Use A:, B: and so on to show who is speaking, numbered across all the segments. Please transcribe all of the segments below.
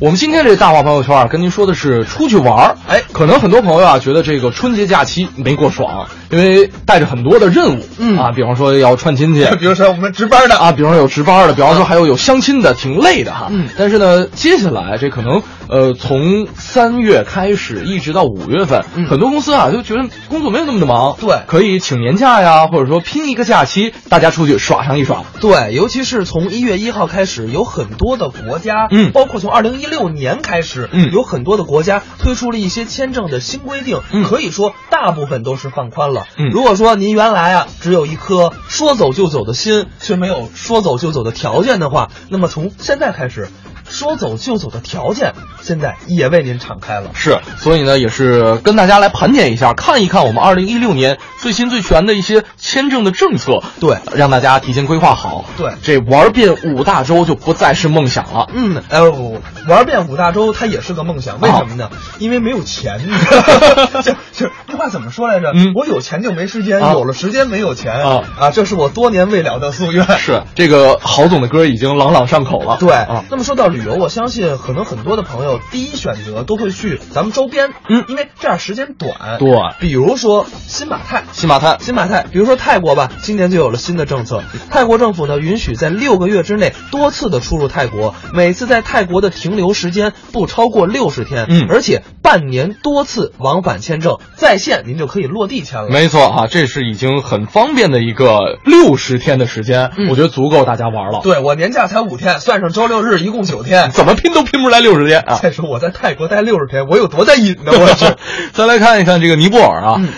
A: 我们今天这大话朋友圈啊，跟您说的是出去玩儿。哎，可能很多朋友啊觉得这个春节假期没过爽，啊因为带着很多的任务，
B: 嗯
A: 啊，比方说要串亲戚，
B: 比如说我们 值班的
A: 啊，比方说有值班的，比方说还有有相亲的，挺累的哈。
B: 嗯
A: 但是呢，接下来这可能呃，从三月开始一直到五月份，
B: 嗯
A: 很多公司啊就觉得工作没有那么的忙，
B: 对
A: 可以请年假呀，或者说拼一个假期，大家出去耍上一耍。
B: 对，尤其是从一月一号开始，有很多的国家，
A: 嗯
B: 包括从二零一六年开始，
A: 嗯
B: 有很多的国家推出了一些签证的新规定，
A: 嗯
B: 可以说大部分都是放宽了。
A: 嗯
B: 如果说您原来啊只有一颗说走就走的心，却没有说走就走的条件的话，那么从现在开始，说走就走的条件现在也为您敞开了。
A: 是，所以呢，也是跟大家来盘点一下，看一看我们二零一六年最新最全的一些签证的政策，呃
B: 对
A: 让大家提前规划好。
B: 对
A: 这玩遍五大洲就不再是梦想了。
B: 嗯，哎呦，我玩遍五大洲，它也是个梦
A: 哦
B: 想。为什么呢？因为没有 钱。就就这话怎么说来着？
A: 嗯
B: 我有钱就没时间，
A: 啊
B: 有了时间没有钱
A: 啊
B: 这是我多年未了的夙愿。
A: 是，这个郝总的歌已经朗朗上口了。
B: 对，
A: 啊，
B: 那么说到旅游，我相信可能很多的朋友第一选择都会去咱们周边，
A: 嗯
B: 因为这样时间短。
A: 对
B: 比如说新马泰，
A: 新马泰，
B: 新马泰，比如说泰国吧，今年就有了新的政策。泰国政府呢，允许在六个月之内多次的出入泰国，每次在泰国的停留时间不超过六十天，
A: 嗯
B: 而且半年多次往返签证，在线您就可以落地签了。
A: 没错啊，这是已经很方便的一个六十天的时间，
B: 嗯
A: 我觉得足够大家玩了。，
B: 对我年假才五天，算上周六日一共九 天。
A: 怎么拼都拼不出来六十天啊。
B: 再说我在泰国待六十天，我有多在瘾呢？我是。
A: 再来看一看这个尼泊尔啊。
B: 嗯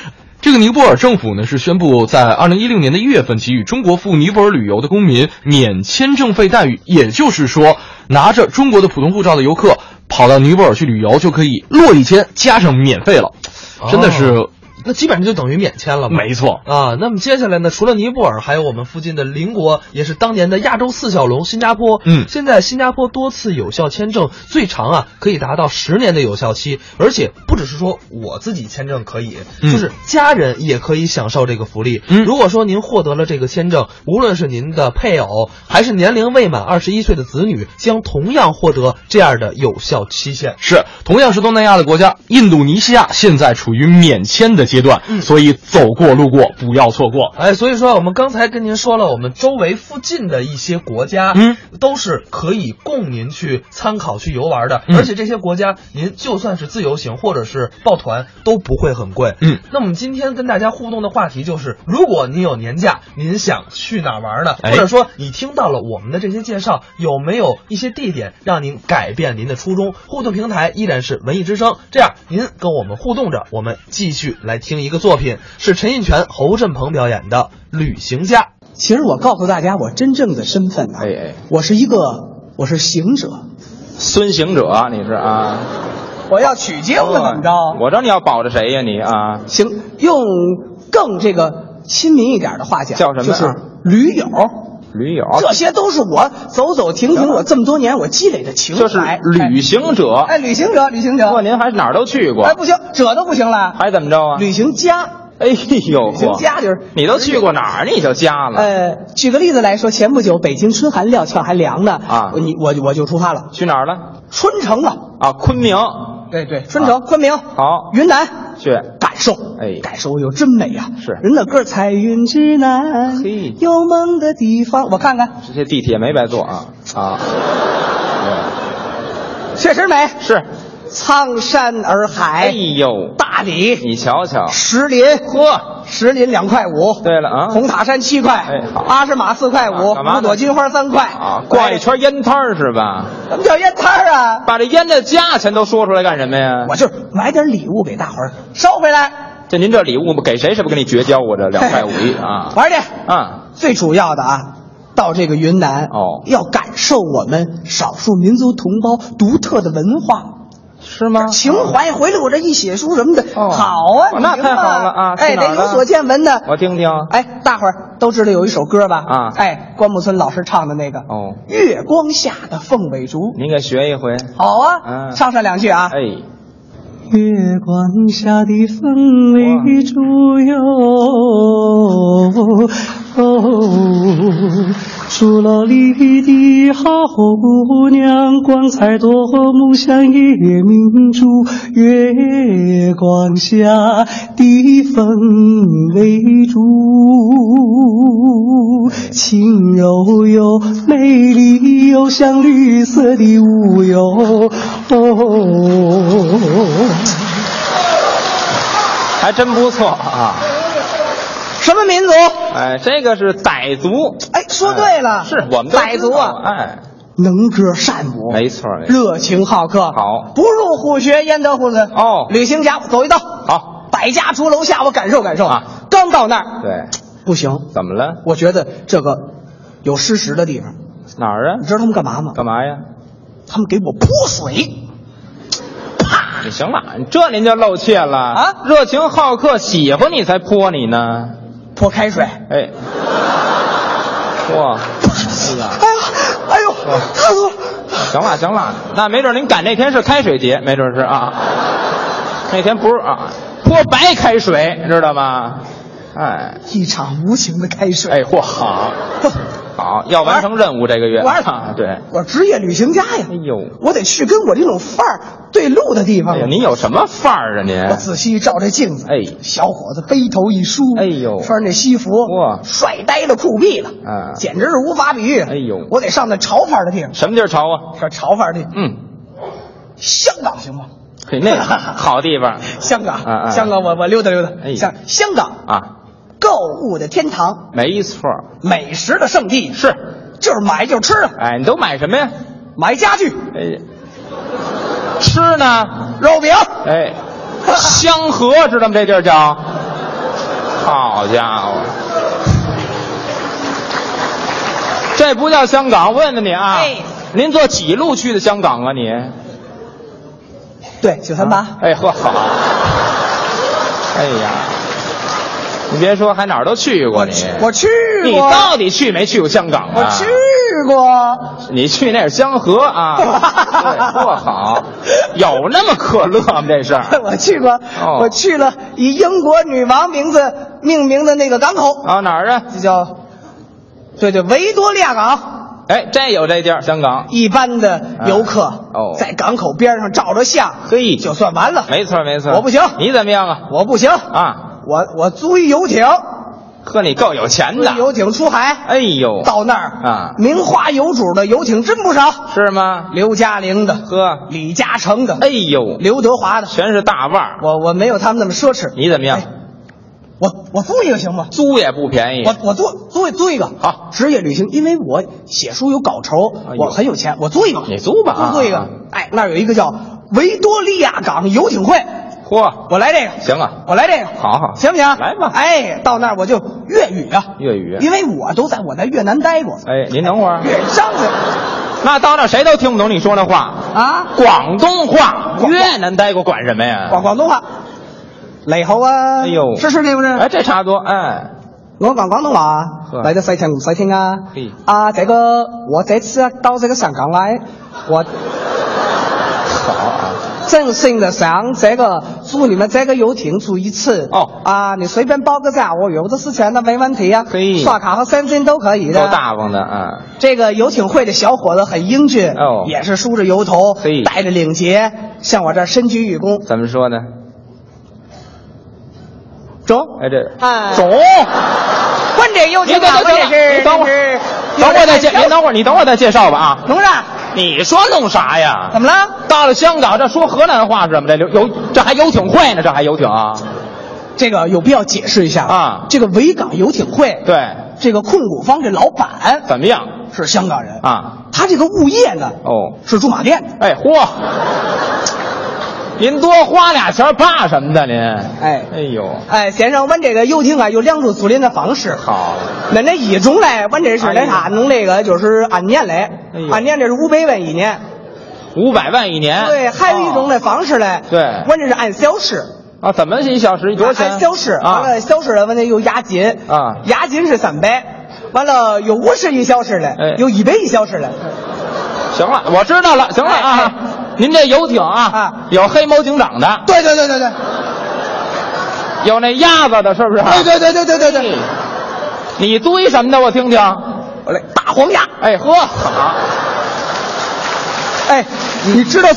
A: 这个尼泊尔政府呢是宣布，在二零一六年的一月份给予中国赴尼泊尔旅游的公民免签证费待遇，也就是说，拿着中国的普通护照的游客跑到尼泊尔去旅游就可以落一签加上免费了，真的是、
B: 哦那基本上就等于免签了嘛。
A: 没错。
B: 啊，那么接下来呢？除了尼泊尔，还有我们附近的邻国，也是当年的亚洲四小龙新加坡。
A: 嗯
B: 现在新加坡多次有效签证，最长啊可以达到十年的有效期，而且不只是说我自己签证可以，
A: 嗯
B: 就是家人也可以享受这个福利。
A: 嗯
B: 如果说您获得了这个签证，无论是您的配偶还是年龄未满二十一岁的子女，将同样获得这样的有效期限。
A: 是，同样是东南亚的国家，印度尼西亚现在处于免签的阶段，
B: 嗯
A: 所以走过路过不要错过。
B: 哎，所以说我们刚才跟您说了，我们周围附近的一些国家，
A: 嗯，
B: 都是可以供您去参考、去游玩的。
A: 嗯
B: 而且这些国家，您就算是自由行或者是抱团，都不会很贵。
A: 嗯，
B: 那我们今天跟大家互动的话题就是，如果您有年假，您想去哪儿玩呢？
A: 哎
B: 或者说你听到了我们的这些介绍，有没有一些地点让您改变您的初衷？互动平台依然是文艺之声，这样您跟我们互动着，我们继续来听一个作品，是陈印泉、侯振鹏表演的《旅行家》。
C: 其实我告诉大家我真正的身份啊，
D: 哎哎
C: 我是一个我是行者，
D: 孙行者，你是啊？
C: 我要取经了怎么着？
D: 哦
C: 啊
D: 我知道啊你要保着谁呀、你啊？
C: 行，用更这个亲民一点的话讲，
D: 叫什么呀啊哦
C: 就是驴友，
D: 驴友，
C: 哦这些都是我走走停停我这么多年我积累的情怀。
D: 就是旅行者。
C: 哎，旅行者，旅行者
D: 不，过您还是哪儿都去过
C: 哎，，不行，者都不行了，
D: 还怎么着啊？
C: 旅行家，
D: 哎呦，
C: 旅行家就是
D: 你都去过哪儿？你就家了？
C: 呃，举个例子来说，前不久北京春寒料峭还凉呢，
D: 啊
C: 你我我就出发了，
D: 去哪儿了？
C: 春城了，
D: 啊，昆明。
C: 对对，春城、昆明，
D: 好
C: 云南，
D: 去
C: 感受，
D: 哎
C: 感受有真美啊！
D: 是
C: 人的歌儿，彩云之南
D: 嘿，
C: 有梦的地方，我看看，
D: 这些地铁没白坐啊啊！
C: 确实美。
D: 是，
C: 苍山洱
D: 哎
C: 海，
D: 呦，
C: 大理，
D: 你瞧瞧，
C: 石林，呵，石林两块五，
D: 对了啊
C: 红塔山七块，
D: 哎好
C: 阿诗玛四块五，
D: 啊干嘛呢
C: 五朵金花三块，
D: 啊，逛一圈烟摊儿是吧？
C: 哎，怎么叫烟摊儿啊？
D: 把这烟的价钱都说出来干什么呀？
C: 我就是买点礼物给大伙儿收回来，！
D: 这您这礼物给谁是不是跟你绝交？我这两块五一啊
C: 玩去。
D: 啊，
C: 最主要的啊，到这个云南
D: 哦
C: 要感受我们少数民族同胞独特的文化。
D: 是吗
C: 情怀回来，我这一写书什么的，
D: 哦
C: 好啊，
D: 哦那
C: 你明白
D: 太好了啊
C: 哎，
D: 去哪儿
C: 得
D: 呢
C: 有所见闻的，
D: 我听听
C: 哎，大伙儿都知道有一首歌吧？
D: 啊
C: 哎，关牧村老师唱的那个
D: 哦
C: 月光下的凤尾竹》，
D: 您给学一回。
C: 好啊，
D: 嗯
C: 唱上两句啊。
D: 哎，
C: 月光下的凤尾竹哟，
E: 哦，苏老里的好姑娘，光彩夺目像夜明珠，月光下的风为烛，轻柔又美丽又像绿色的雾哟。哦。
A: 还真不错啊！
C: 什么民族？
A: 哎，这个是傣族，
C: 哎，说对了，
A: 是我们都
C: 傣族
A: 知道
C: 啊，
A: 哎，
C: 能歌善舞，
A: 没错儿，没错儿
C: 热情好客，
A: 好
C: 不入虎穴焉得虎子？
A: 哦
C: 旅行家，走一道，
A: 好
C: 百家出楼下，我感受感受
A: 啊。
C: 刚到那儿，
A: 对，
C: 不行，
A: 怎么了？
C: 我觉得这个有失实的地方。
A: 哪儿啊
C: 你？知道他们干嘛吗？
A: 干嘛呀？
C: 他们给我泼水。
A: 你行了，你这您就露怯了
C: 啊
A: 热情好客，喜欢你才泼你呢。
C: 泼开水，
A: 哎，哇，是啊，
C: 哎呀，哎呦，
A: 哦
C: 烫死我了！
A: 行了行了，那没准您赶那天是开水节，没准是啊，那天不是啊，泼白开水，知道吗？哎
C: 一场无情的开水。
A: 哎，嚯，好，好，要完成任务这个月
C: 玩
A: 啊，对，哎
C: 我职业旅行家呀，
A: 呦，
C: 我得去跟我这种范儿对路的地
A: 哎
C: 方。
A: 呀，您有什么范儿啊您？
C: 我仔细一照这镜子，
A: 哎
C: 小伙子背头一梳，
A: 哎呦
C: 穿着西服，
A: 哇
C: 帅呆了，酷毙了，
A: 啊
C: 简直是无法比喻。
A: 哎呦
C: 我得上那潮范儿的地方，
A: 什么地儿潮啊？
C: 这潮范儿地，
A: 嗯，
C: 香港行吗？
A: 嘿，那个好地方
C: 香港，
A: 啊啊
C: 香港我，我溜达溜达。
A: 哎
C: 香香港，
A: 啊，
C: 购物的天堂，
A: 没错儿，
C: 美食的圣地，
A: 是。
C: 就是买就吃啊，
A: 哎，你都买什么呀？
C: 买家具、
A: 哎，吃呢？
C: 肉饼。
A: 哎，香河知道吗？这地儿叫。好家伙，这不叫香港。问问你啊，
C: 哎
A: 您坐几路去的香港啊？你
C: 对，九三八。
A: 哎呵好，哎呀，你别说，还哪儿都去过你。
C: 我去过，
A: 你到底去没去过香港啊？
C: 我去过，
A: 你去那是香河啊， 对，多好，有那么可乐吗？这是
C: 我去过，
A: 哦
C: 我去了以英国女王名字命名的那个港口，
A: 啊哪儿啊？
C: 这叫，对对，维多利亚港。
A: 哎，这有这地儿，香港，
C: 一般的游客
A: 啊哦
C: 在港口边上照着相，
A: 嘿
C: 就算完了。
A: 没错没错。
C: 我不行
A: 你怎么样啊？
C: 我不行，
A: 啊，
C: 我我租一游艇，
A: 呵，你够有钱
C: 租
A: 的啊
C: 一。游艇出海，
A: 哎呦，
C: 到那儿
A: 啊
C: 名花有主的游艇真不少，
A: 是吗？
C: 刘嘉玲的、
A: 呵，
C: 李嘉诚的、
A: 哎呦，
C: 刘德华的，
A: 全是大腕儿。
C: 我我没有他们那么奢侈。
A: 你怎么样？
C: 哎我我租一个行吗？
A: 租也不便宜。
C: 我我租租一租一个
A: 哎好
C: 职业旅行，因为我写书有稿酬
A: 哎，呦
C: 我很有钱，我租一个，
A: 你租吧啊
C: 租一个
A: 啊。
C: 哎，那儿有一个叫维多利亚港游艇会，
A: 嚯，
C: 我来这个，
A: 行啊，
C: 我来这个，
A: 好好
C: 行不行？
A: 来吧
C: 哎，到那儿我就粤语啊，
A: 粤语
C: 因为我都在我在越南待过，
A: 哎，您等会儿，
C: 越啊张嘴
A: 那到那儿谁都听不懂你说那话，
C: 啊，
A: 广东话，
C: 广
A: 越南待过管什么呀？
C: 广广东话，雷猴啊，
A: 哎呦
C: 是是这不是？
A: 哎，这差不多，哎。
C: 我讲廣東話，
A: 呵
C: 大家細聽唔使聽啊
A: 嘿。
C: 啊，這個我這次啊到這個香港來，我
A: 好啊，
C: 真心的想這個住你們這個遊艇住一次。
A: 哦
C: 啊，你隨便包個價，我有的是錢的，沒問題啊。
A: 嘿
C: 刷卡和现金都可以
A: 够
C: 的。
A: 大方的啊！
C: 这个游艇会的小伙子很英俊，
A: 哦
C: 也是梳着油头，
A: 嘿
C: 戴着领结，向我这儿深鞠一躬。
A: 怎么说呢？
C: 中，
A: 哎，这
C: 哎
A: 总，
C: 关这游艇
A: 您等
C: 啊，
A: 等
C: 我也是，
A: 您等会儿
C: 这是，
A: 等会儿再介，您等会儿，你等会儿再介绍吧啊！
C: 农人，
A: 你说弄啥呀？
C: 怎么了？
A: 到了香港，这说河南话是怎么？这游游这还游艇会呢？这还游艇啊？
C: 这个有必要解释一下
A: 啊
C: 这个维港游艇会，
A: 对，
C: 这个控股方这老板
A: 怎么样
C: 是香港人，
A: 啊？
C: 他这个物业呢
A: 哦，
C: 是驻马店的，
A: 哎嚯，您多花俩钱儿怕什么的您？
C: 哎
A: 哎呦，
C: 哎，先生，阮这个游艇啊有两种租赁的方式，
A: 好，
C: 那那一种嘞，阮这是那啥，弄那个就是按年嘞
A: 哎，呦
C: 按年这是五百万一年，
A: 五百万一年。
C: 对，还有一种嘞方式嘞，
A: 哦对
C: 阮这是按小时。
A: 啊？怎么一小时多少钱？
C: 按小时，
A: 啊
C: 完了小时完了有押金
A: 啊
C: 押金是三百，完了有五十一小时
A: 哎
C: 嘞，有一百一小时嘞，
A: 行了，我知道了，行了
C: 哎
A: 啊！您这游艇啊，
C: 啊
A: 有黑猫警长 的，
C: 对对对对对。
A: 有那鸭子的，是不是？
C: 哎对对对对对对对，
A: 你堆什么的？我听听。
C: 我来大黄鸭。
A: 哎呵，好，
C: 哎，你知道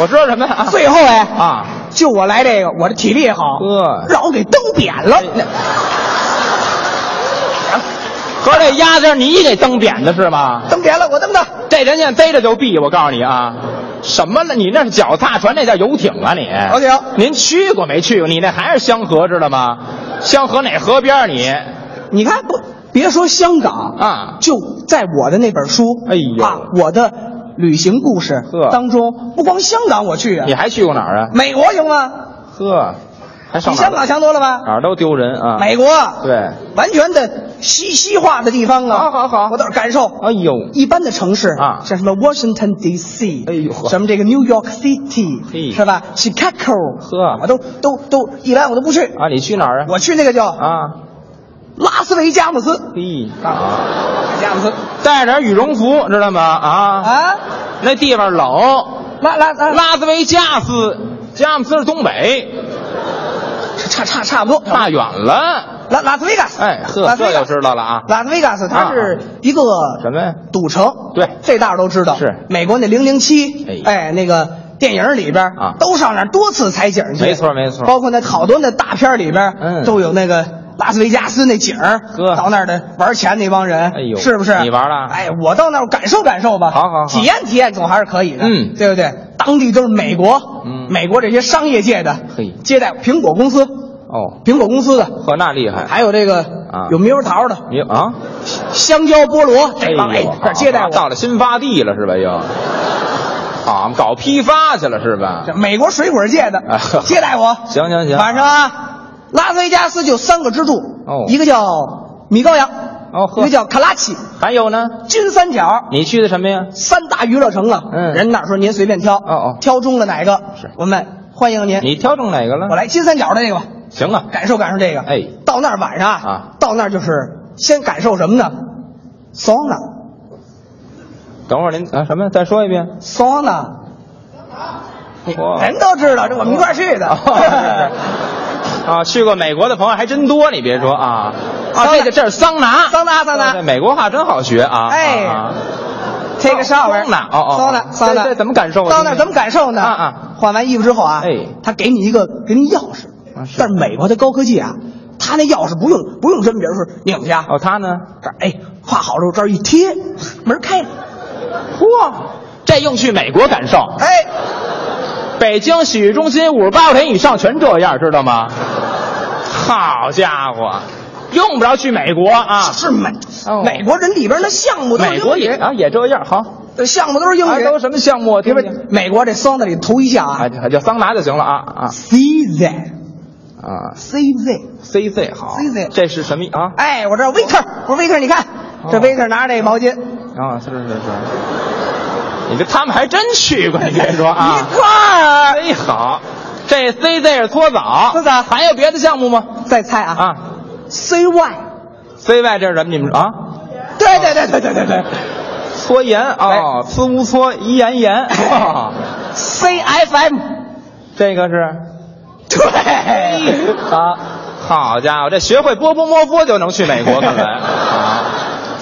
A: 我知道什么呀？
C: 最后哎
A: 啊，
C: 就我来这个，我这体力也好，
A: 呵哎
C: 让我给蹬扁了。
A: 合着这鸭子是你给蹬扁的是吧？
C: 蹬扁了，我蹬的。
A: 这人家逮着就毙，我告诉你啊！什么了？你那是脚踏船，那叫游艇啊你！
C: 游艇
A: 您去过没去过？你那还是香河，知道吗？香河哪河边儿你？
C: 你看不？别说香港
A: 啊
C: 就在我的那本书，
A: 哎呦
C: 啊，我的旅行故事
A: 呵
C: 当中，不光香港我去啊
A: 你，还去过哪儿啊？
C: 美国行吗？
A: 呵，还上哪
C: 比香
A: 儿
C: 港强多了吧？
A: 哪儿都丢人啊！
C: 美国
A: 对，
C: 完全的西西化的地方啊！
A: 好好好
C: 我倒是感受。呃
A: 哎呦
C: 一般的城市
A: 啊
C: 像什么 Washington D.C.，
A: 哎呦呵
C: 什么这个 New York
A: 嘿
C: City，是吧？Chicago，
A: 呵
C: 我都都都一来我都不去。
A: 啊，你去哪儿啊？
C: 我去那个叫
A: 啊，
C: 拉斯维加姆斯，
A: 嘿，
C: 加姆斯
A: 带着点羽绒服，知道吗？啊，
C: 啊，
A: 那地方冷。
C: 拉拉拉
A: 拉斯维加斯，加姆斯是东北，
C: 差差差不多，
A: 差远了。
C: 拉拉斯维加斯，
A: 啊哎呵
C: 拉斯维
A: 这
C: 加
A: 就
C: 斯
A: 知道了啊
C: 拉斯维加斯它是一个
A: 什么呀？
C: 赌城，
A: 对
C: 这大家都知道。
A: 是
C: 美国那零零
A: 哎
C: 七，哎，那个电影里边
A: 啊
C: 都上那儿多次采景去，
A: 没错没错
C: 包括那好多那大片里边，
A: 嗯
C: 都有那个拉斯维加斯那景儿，
A: 呵
C: 到那儿的玩钱那帮人，
A: 哎呦
C: 是不是？
A: 你玩了
C: 哎，我到那儿感受感受吧，
A: 好好好
C: 体验体验总还是可以的，
A: 嗯
C: 对不对？当地都是美国，
A: 嗯
C: 美国这些商业界的
A: 嘿
C: 接待苹果公司，
A: 哦，
C: 苹果公司的，
A: 呵，那厉害。
C: 还有这个
A: 哎啊
C: 有猕猴桃的，
A: 你啊，
C: 香蕉、菠萝这帮
A: 哎
C: 哎
A: 呦，
C: 这儿接待
A: 好
C: 我。
A: 到了新发地了是吧？又，啊，搞批发去了是吧
C: 这？美国水果界的
A: 啊呵
C: 接待我。
A: 行行行
C: 晚上啊，拉斯维加斯就三个支柱，
A: 哦
C: 一个叫米高扬，
A: 哦呵
C: 一个叫卡拉奇，
A: 还有呢？
C: 金三角。
A: 你去的什么呀？
C: 三大娱乐城啊，
A: 嗯
C: 人哪说您随便挑，
A: 哦哦
C: 挑中了哪个，
A: 是
C: 我们欢迎您。
A: 你挑中哪个了？
C: 我来金三角的这个吧，
A: 行啊，
C: 感受感受这个。
A: 哎
C: 到那儿晚上
A: 啊，
C: 到那儿就是先感受什么呢？sauna
A: 等会儿您啊什么呀？再说一遍。
C: sauna，
A: 哇
C: 人都知道，这我们一块儿去的。
A: 啊，去过美国的朋友还真多，你别说啊啊，
C: 桑拿
A: 这个这是桑拿，
C: 桑拿桑 拿
A: 对美国话真好学啊！
C: 哎
A: 啊啊
C: take a shower，
A: 桑拿哦哦
C: 桑拿，
A: 这
C: 桑拿，
A: 这怎么感受啊
C: 桑拿怎么感受呢？
A: 啊啊
C: 换完衣服之后啊，
A: 哎
C: 他给你一个给你钥匙
A: 啊是，
C: 但是美国的高科技啊，他那钥匙不用不用真，比如说你我们家
A: 哦，他呢？
C: 这儿哎画好之后这儿一贴，门开了，
A: 嚯，这用去美国感受，
C: 哎，
A: 北京洗浴中心五十八块钱以上全这样，知道吗？好家伙，用不着去美国啊！
C: 是美
A: 哦
C: 美国人里边的项目都是
A: 美国
C: 英
A: 也
C: 语，
A: 啊也这样，好，
C: 这项目都是英
A: 啊
C: 语，
A: 都什么项目啊？
C: 这
A: 听
C: 边
A: 听
C: 美国这桑拿里头一项
A: 啊，
C: 啊
A: 就就桑拿就行了啊
C: ，CZ
A: 啊啊
C: CZ，
A: ！C Z 好
C: CZ
A: 这是什么 啊？
C: 哎，我这 waiter，我说 waiter，你看这
A: 哦
C: waiter 拿着这毛巾，
A: 啊，是是是。你这他们还真去过，你别说啊
C: 一。块儿。
A: 哎，好，这 C Z 是搓澡，
C: 搓澡
A: 还有别的项目吗？
C: 再猜啊
A: 啊
C: ，C Y，
A: ，C Y 这是什么？你们啊，
C: 对对对对对对对
A: 搓盐啊，呲乌搓一盐 盐。哦
C: ，C F M，
A: 这个是
C: 对，
A: 啊，好家伙，这学会波波摸波就能去美 国，看来啊，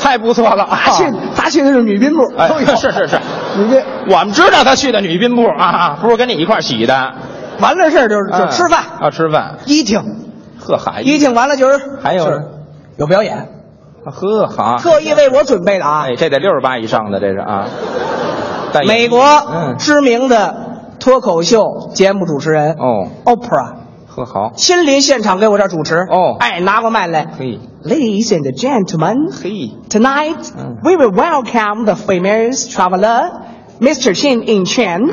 A: 太不错了啊
C: 他！去他去的是女宾部，
A: 哎
C: 都有，
A: 是是是，
C: 女宾，
A: 我们知道他去的女宾部啊，不是跟你一块儿洗的，
C: 完了事儿就是就
A: 嗯
C: 吃饭，
A: 啊，吃饭，
C: 一听
A: 呵啊海
C: 一听完了就是
A: 还有
C: 是
A: 呢
C: 有表演，
A: 呵好，
C: 特意为我准备的啊，
A: 哎，这得六十八以上的这是啊，戴眼镜
C: 美国
A: 嗯
C: 知名的脱口秀节目主持人
A: 哦，
C: ，Oprah。
A: 呵好，
C: 亲临现场给我这儿主持
A: 哦
C: 哎，拿过麦来
A: 嘿
C: ，Ladies and gentlemen，
A: 嘿，
C: Tonight,
A: Mm.
C: we will welcome the famous traveler, Mr. Qin In Chen,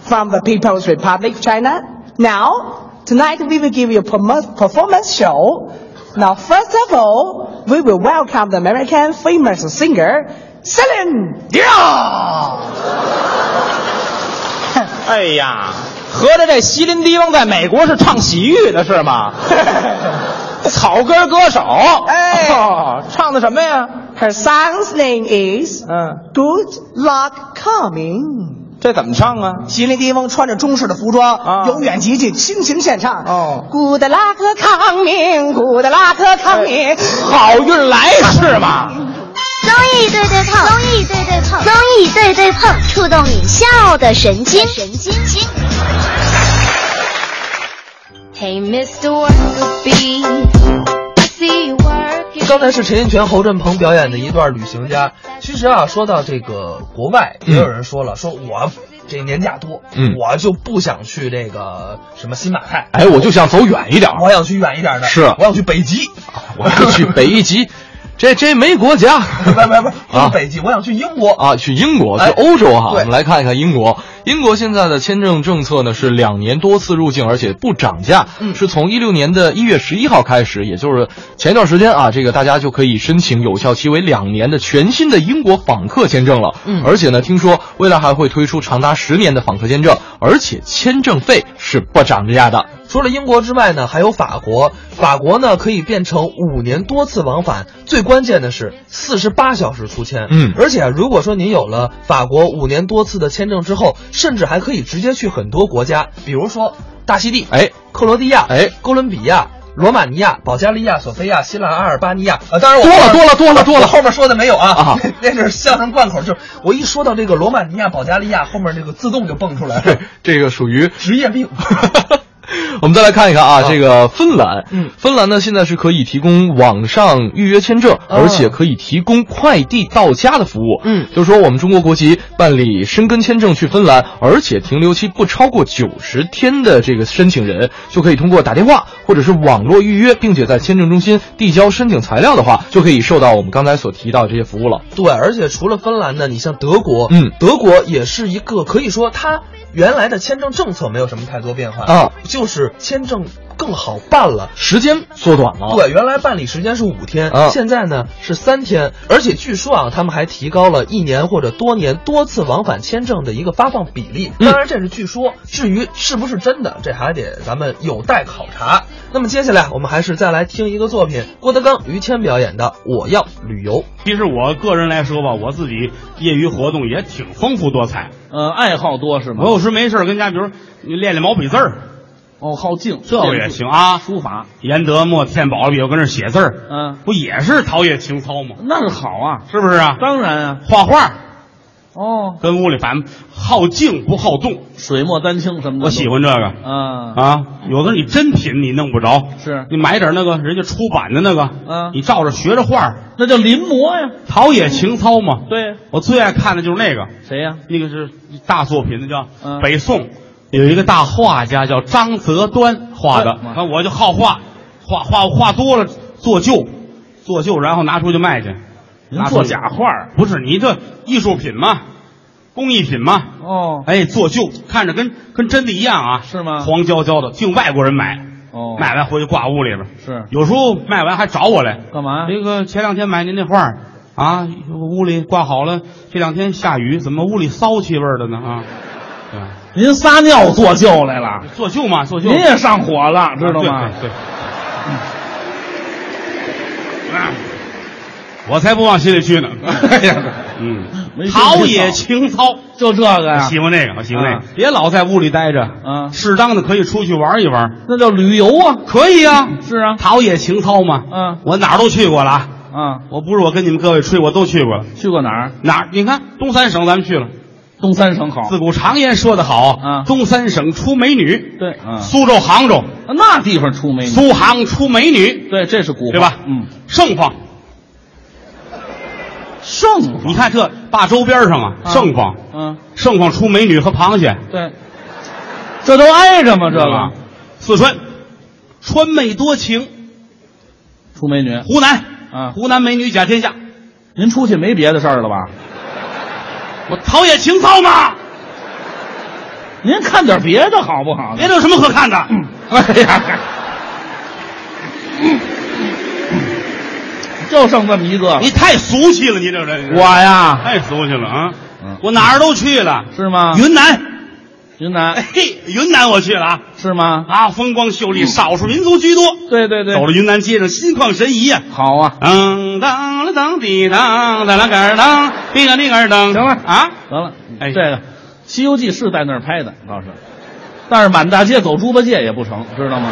C: from the People's Republic of China. Now, tonight we will give you a permo- performance show. Now, first of all, we will welcome the American famous singer, Celine Dion.
A: 哎呀，合着这席琳迪翁在美国是唱洗浴的是 吗？草根歌手，
C: 哎
A: 哦，唱的什么呀？
C: Her song's name is
A: 嗯，
C: Good Luck Coming.
A: 这
F: 这怎么唱啊？
C: 吉林地方穿着中式的服装，
F: 啊
C: 由远及近，亲情现唱。
F: 哦
C: 古德拉克康明，古德拉克康明，
F: 好运来是吗？
G: 综艺对对碰，综艺对对碰，综艺对对碰，触动你笑的神经，神经经。
H: Hey, Mr. Workerbee, I see you working.
B: 刚才是陈印泉、侯振鹏表演的一段《旅行家》。其实啊，说到这个国外，也有人说了，说我这年假多，
A: 嗯
B: 我就不想去这个什么新马泰，
A: 哎，我就想走远一点儿，
B: 我想去远一点的，
A: 是
B: 我想去北极，
A: 我要去北极，这这没国 家。
B: 不不不，不
A: 啊
B: 是北极，我想去英国。
A: 啊，去英国，去
B: 哎
A: 欧洲哈。我
B: 对
A: 们来看一看英国。英国现在的签证政策呢是两年多次入境，而且不涨价，
B: 嗯
A: 是从一六年的一月十一号开始，也就是前一段时间啊，这个大家就可以申请有效期为两年的全新的英国访客签证了。
B: 嗯
A: 而且呢，听说未来还会推出长达十年的访客签证，而且签证费是不涨价的。
B: 除了英国之外呢，还有法国。法国呢可以变成五年多次往返，最关键的是四十八小时出签。
A: 嗯
B: 而且啊如果说您有了法国五年多次的签证之后，甚至还可以直接去很多国家，比如说大溪地、
A: 哎，
B: 克罗地亚、
A: 哎
B: 哥伦比亚。罗马尼亚、保加利亚、索菲亚、希腊、阿尔巴尼亚，呃，当然我
A: 多了多了多了多了
B: 我后面说的没有啊，
A: 啊
B: 那是相声贯口，就是我一说到这个罗马尼亚、保加利亚，后面这个自动就蹦出来了，
A: 这个属于
B: 职业病。
A: 我们再来看一看啊，这个芬兰，
B: 嗯
A: 芬兰呢现在是可以提供网上预约签
B: 啊
A: 证，而且可以提供快递到家的服务。
B: 嗯
A: 就是说我们中国国籍办理申根签证去芬兰，而且停留期不超过九十天的这个申请人，就可以通过打电话或者是网络预约，并且在签证中心递交申请材料的话，就可以受到我们刚才所提到的这些服务了。
B: 对，而且除了芬兰呢，你像德国，
A: 嗯
B: 德国也是一个可以说它原来的签证政策没有什么太多变化
A: 啊，
B: 就是签证更好办了。
A: 时间缩短了，，
B: 对，原来办理时间是五天，
A: 哦啊
B: 现在呢是三天，而且据说啊，他们还提高了一年或者多年多次往返签证的一个发放比例。
A: 嗯
B: 当然这是据说，至于是不是真的，这还得咱们有待考察。那么接下来我们还是再来听一个作品，郭德纲、于谦表演的《我要旅游》。
I: 其实我个人来说吧，我自己业余活动也挺丰富多彩。
E: 呃，爱好多是吗？
I: 我有时没事儿跟家，比如你练练毛笔字儿，
E: 哦，好静，
I: 这个也行啊。
E: 书法，
I: 颜德墨、天宝笔，我跟那儿写字儿，
E: 嗯
I: 不也是陶冶情操吗？
E: 那是好啊，
I: 是不是啊？
E: 当然啊，
I: 画画
E: 哦，
I: 跟屋里反正好静不好动，
E: 水墨丹青什么的，
I: 我喜欢这个。
E: 啊
I: 啊，有的你真品你弄不着，
E: 是
I: 你买点那个人家出版的那个，
E: 嗯
I: 你照着学着画儿，
E: 那叫临摹呀，
I: 陶冶情操嘛。
E: 对，
I: 我最爱看的就是那个，
E: 谁呀？
I: 那个是大作品，那叫、
E: 嗯
I: 北宋有一个大画家叫张择端画的。
E: 嗯
I: 啊，我就好画，画画画多了做旧，做旧然后拿出去卖去，
E: 您
I: 拿出
E: 做
I: 去
E: 假画儿
I: 不是你这艺术品嘛，工艺品嘛。
E: 哦
I: 哎，做旧看着跟跟真的一样啊，
E: 是吗
I: 黄焦焦的，净外国人买，
E: 哦，
I: 买完回去挂屋里边。
E: 是
I: 有时候卖完还找我来，
E: 干嘛？
I: 那个前两天买您那画儿啊，屋里挂好了，这两天下雨，怎么屋里骚气味儿的呢？啊， 对，
E: 您撒尿做旧来了，
I: 做旧嘛，啊做旧，
E: 您也上火了，知道吗？
I: 对对对。嗯啊我才不往心里去 呢。
E: 哎呀没心
I: 嗯，
E: 里去
I: 陶冶情操，
E: 就这个呀，
I: 喜欢这个，我喜欢这
E: 啊
I: 个，哎啊别老在屋里待着，
E: 嗯
I: 适当的可以出去玩一玩，
E: 那叫旅游啊，
I: 可以啊，
E: 是啊
I: 陶冶情操嘛。
E: 嗯
I: 我哪儿都去过了啊，
E: 啊，
I: 我不是我跟你们各位吹，我都去过了。
E: 去过哪儿？
I: 哪儿？你看东三省咱们去了。
E: 东三省好，
I: 自古常言说得好，
E: 哦嗯
I: 东三省出美女，
E: 对啊，
I: 苏州、杭州，
E: 那地方出美女，
I: 苏杭出美女，
E: 对，这是古话
I: 对吧？
E: 嗯，，
I: 盛况。
E: 盛
I: 你看这大周边上啊，
E: 啊
I: 盛况，
E: 嗯，
I: 盛况出美女和螃蟹，
E: 对，这都挨着吗？这
I: 知道吧
E: 个
I: 四川，川妹多情；
E: 出美女，
I: 湖南，
E: 啊
I: 湖南美女甲天下。
E: 您出去没别的事儿了吧？
I: 我陶冶情操嘛，
E: 嗯您看点别的好不好？
I: 别的有什么可看的？
E: 哎 呀，就剩这么一个，
I: 你太俗气了，你这个人，
E: 我呀，
I: 太俗气了啊
E: 嗯！
I: 我哪儿都去了，
E: 是啊吗？
I: 云南，哎
E: 云南
I: 嘿，云南我去了啊。
E: 是吗？
I: 啊，风光秀丽，少数民族居多。
E: 对嗯对对，
I: 走了云南街上，心旷神怡呀、
E: 好啊，
I: 嗯，当了当滴当，当啷个儿当，滴个滴个儿当。
E: 行了
I: 啊，
E: 得了，
I: 哎
E: 这个西游记》是在那儿拍的，倒是，但是满大街走猪八戒也不成，知道吗？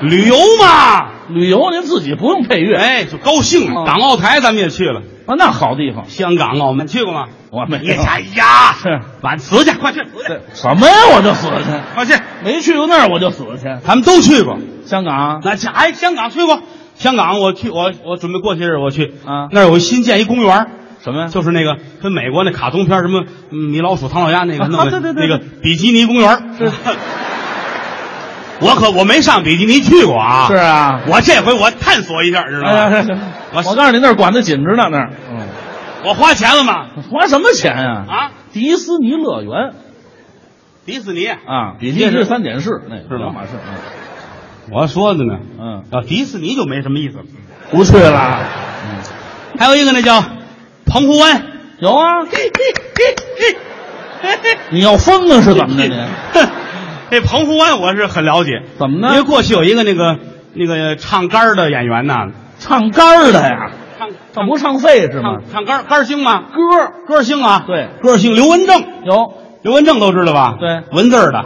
I: 旅游嘛，
E: 旅游您自己不用配乐，
I: 哎，就高兴嘛。
E: 哦
I: 港澳台咱们也去了，
E: 啊，那好地方，
I: 香港、澳门去过吗？
E: 我没有。
I: 哎呀，
E: 是
I: 晚辞去，快去，辞去
E: 什么呀？我就死去，
I: 快去，
E: 没去过那儿我就死去。
I: 咱们都去过。
E: 香港啊
I: 那家哎，香港去过，香港我去，我我准备过些日我去
E: 啊
I: 那儿有新建一公园儿。
E: 什么呀？
I: 就是那个跟美国那卡通片儿什么嗯米老鼠、唐老鸭那个
E: 啊
I: 弄的，
E: 对对对
I: 那个比基尼公园儿 我可我没上比基尼去过啊，
E: 是啊，
I: 我这回我探索一下，知道
E: 哎呀，
I: 吗？
E: 是是
I: 我嗯
E: 我告诉你，那儿管得紧着呢，那儿。
I: 我花钱了吗？
E: 花什么钱呀、
I: 啊，
E: 迪斯尼乐园
I: 迪士尼，
E: 啊，比
I: 这
E: 利
I: 是
E: 时三点式那
I: 是吧
E: 两码事。嗯
I: 我说的呢，
E: 嗯，
I: 啊，迪士尼就没什么意思了。
E: 不去了。
I: 还有一个那叫澎湖湾，
E: 有啊，你要疯啊是怎么的你？
I: 这澎湖湾我是很了解，
E: 怎么
I: 因为
E: 呢？
I: 过去有一个那个那个唱杆儿的演员呐，
E: 唱杆儿的呀，
I: 唱
E: 他不唱废是吗
I: 唱？唱杆儿杆儿星吗？歌歌星啊，
E: 对
I: 歌星刘文正，
E: 有，
I: 刘文正都知道吧？
E: 对
I: 文字儿的，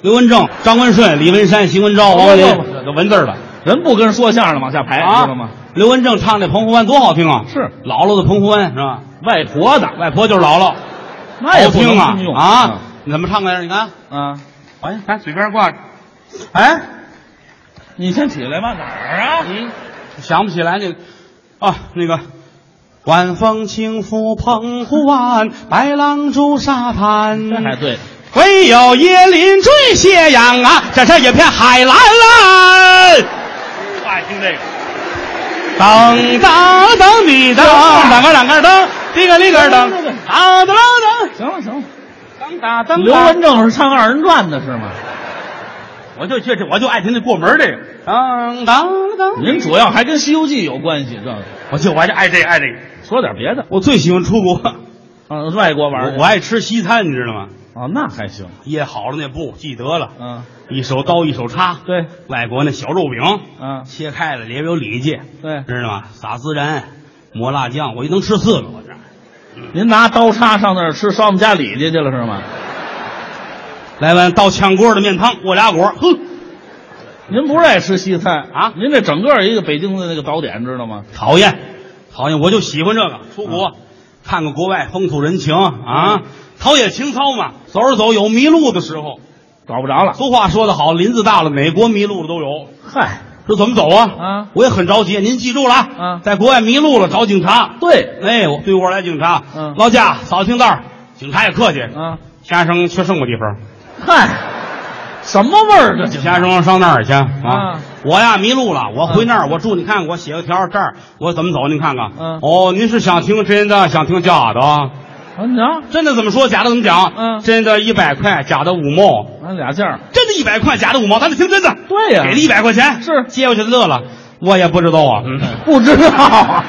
I: 刘文正、张文顺、李文山、邢文昭、王文林，
E: 哦
I: 这文字儿的
E: 人不跟说相声的往下排，
I: 啊
E: 知道吗？？
I: 刘文正唱那《澎湖湾》多好听啊！
E: 是
I: 姥姥的澎湖湾是吧？
E: 外婆的，
I: 外婆就是姥姥，
E: 那也
I: 好
E: 不能
I: 听啊
E: 通用
I: 啊！你怎么唱来着？你看，
E: 啊！
I: 哎，咱嘴边挂着，哎，
E: 你先起来吧，哪儿啊？嗯，
I: 想不起来那个啊，那个。晚风轻拂澎湖湾，白浪逐沙滩。
E: 这还对，
I: 唯有椰林缀斜阳啊，这是一片海蓝蓝。爱听这个。噔噔噔滴噔，啷个啷个噔，滴个哩个噔，啊噔噔
E: 行了行了，
I: 噔哒噔。
E: 刘文，正是唱二人转的是吗？
I: 我就这我就爱听这过门这个。噔噔噔，
E: 您主要还跟《西游记》有关系，这个
I: 我就我就爱这爱这个。
E: 说点别的，
I: 我最喜欢出国，
E: 啊，外国玩儿去
I: 我爱吃西餐，你知道吗？
E: 啊，那还行，
I: 掖好了那布，记得了，
E: 嗯，
I: 一手刀一手叉，
E: 对，
I: 外国那小肉饼，
E: 嗯，
I: 切开了里边有里脊，
E: 对，
I: 知道吗？撒孜然，抹辣酱，我一能吃四个，我这。
E: 您拿刀叉上那儿吃烧我们家里脊去了是吗？
I: 来碗倒炝锅的面汤，过俩果，哼，
E: 您不是爱吃西餐
I: 啊
E: 您这整个一个北京的那个早点知道吗？
I: 讨厌，讨厌，我就喜欢这个。出
E: 嗯
I: 国，看看国外风土人情啊，陶冶情操嘛。走着走，有迷路的时候。
E: 找不着了，
I: 俗话说得好，林子大了，哪国迷路了都有。
E: 嗨，
I: 这怎么走啊？
E: 啊
I: 我也很着急，您记住了
E: 啊
I: 在国外迷路了找警察。
E: 对，
I: 哎，我对我来警察，
E: 嗯
I: 劳驾，扫清道儿，警察也客气。
E: 啊，
I: 先生去什么地方？
E: 嗨，什么味儿这警察
I: 先生上那儿去啊
E: 啊！
I: 我呀迷路了，我回那儿，我住，你看我写个条儿这儿，我怎么走？您看看。
E: 嗯
I: 哦，您是想听真的，想听假的啊？
E: 啊，你瞧，
I: 真的怎么说？假的怎么讲？
E: 嗯
I: 真的一百块，假的五毛。
E: 俺啊俩价儿，
I: 真的一百块，假的五毛，咱得听真的。
E: 对呀
I: 给了一百块钱，
E: 是
I: 接过去乐了。我也 不知道啊，嗯，
E: 不知道啊，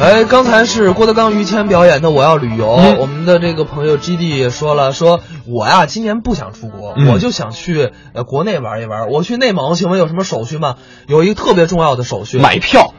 B: 哎，刚才是郭德纲、于谦表演的《我要旅游》
A: 嗯
B: 我们的这个朋友 G D 也说了，说我呀今年不想出国，
A: 嗯
B: 我就想去呃国内玩一玩。我去内蒙，请问有什么手续吗？有一个特别重要的手续，
A: 买票，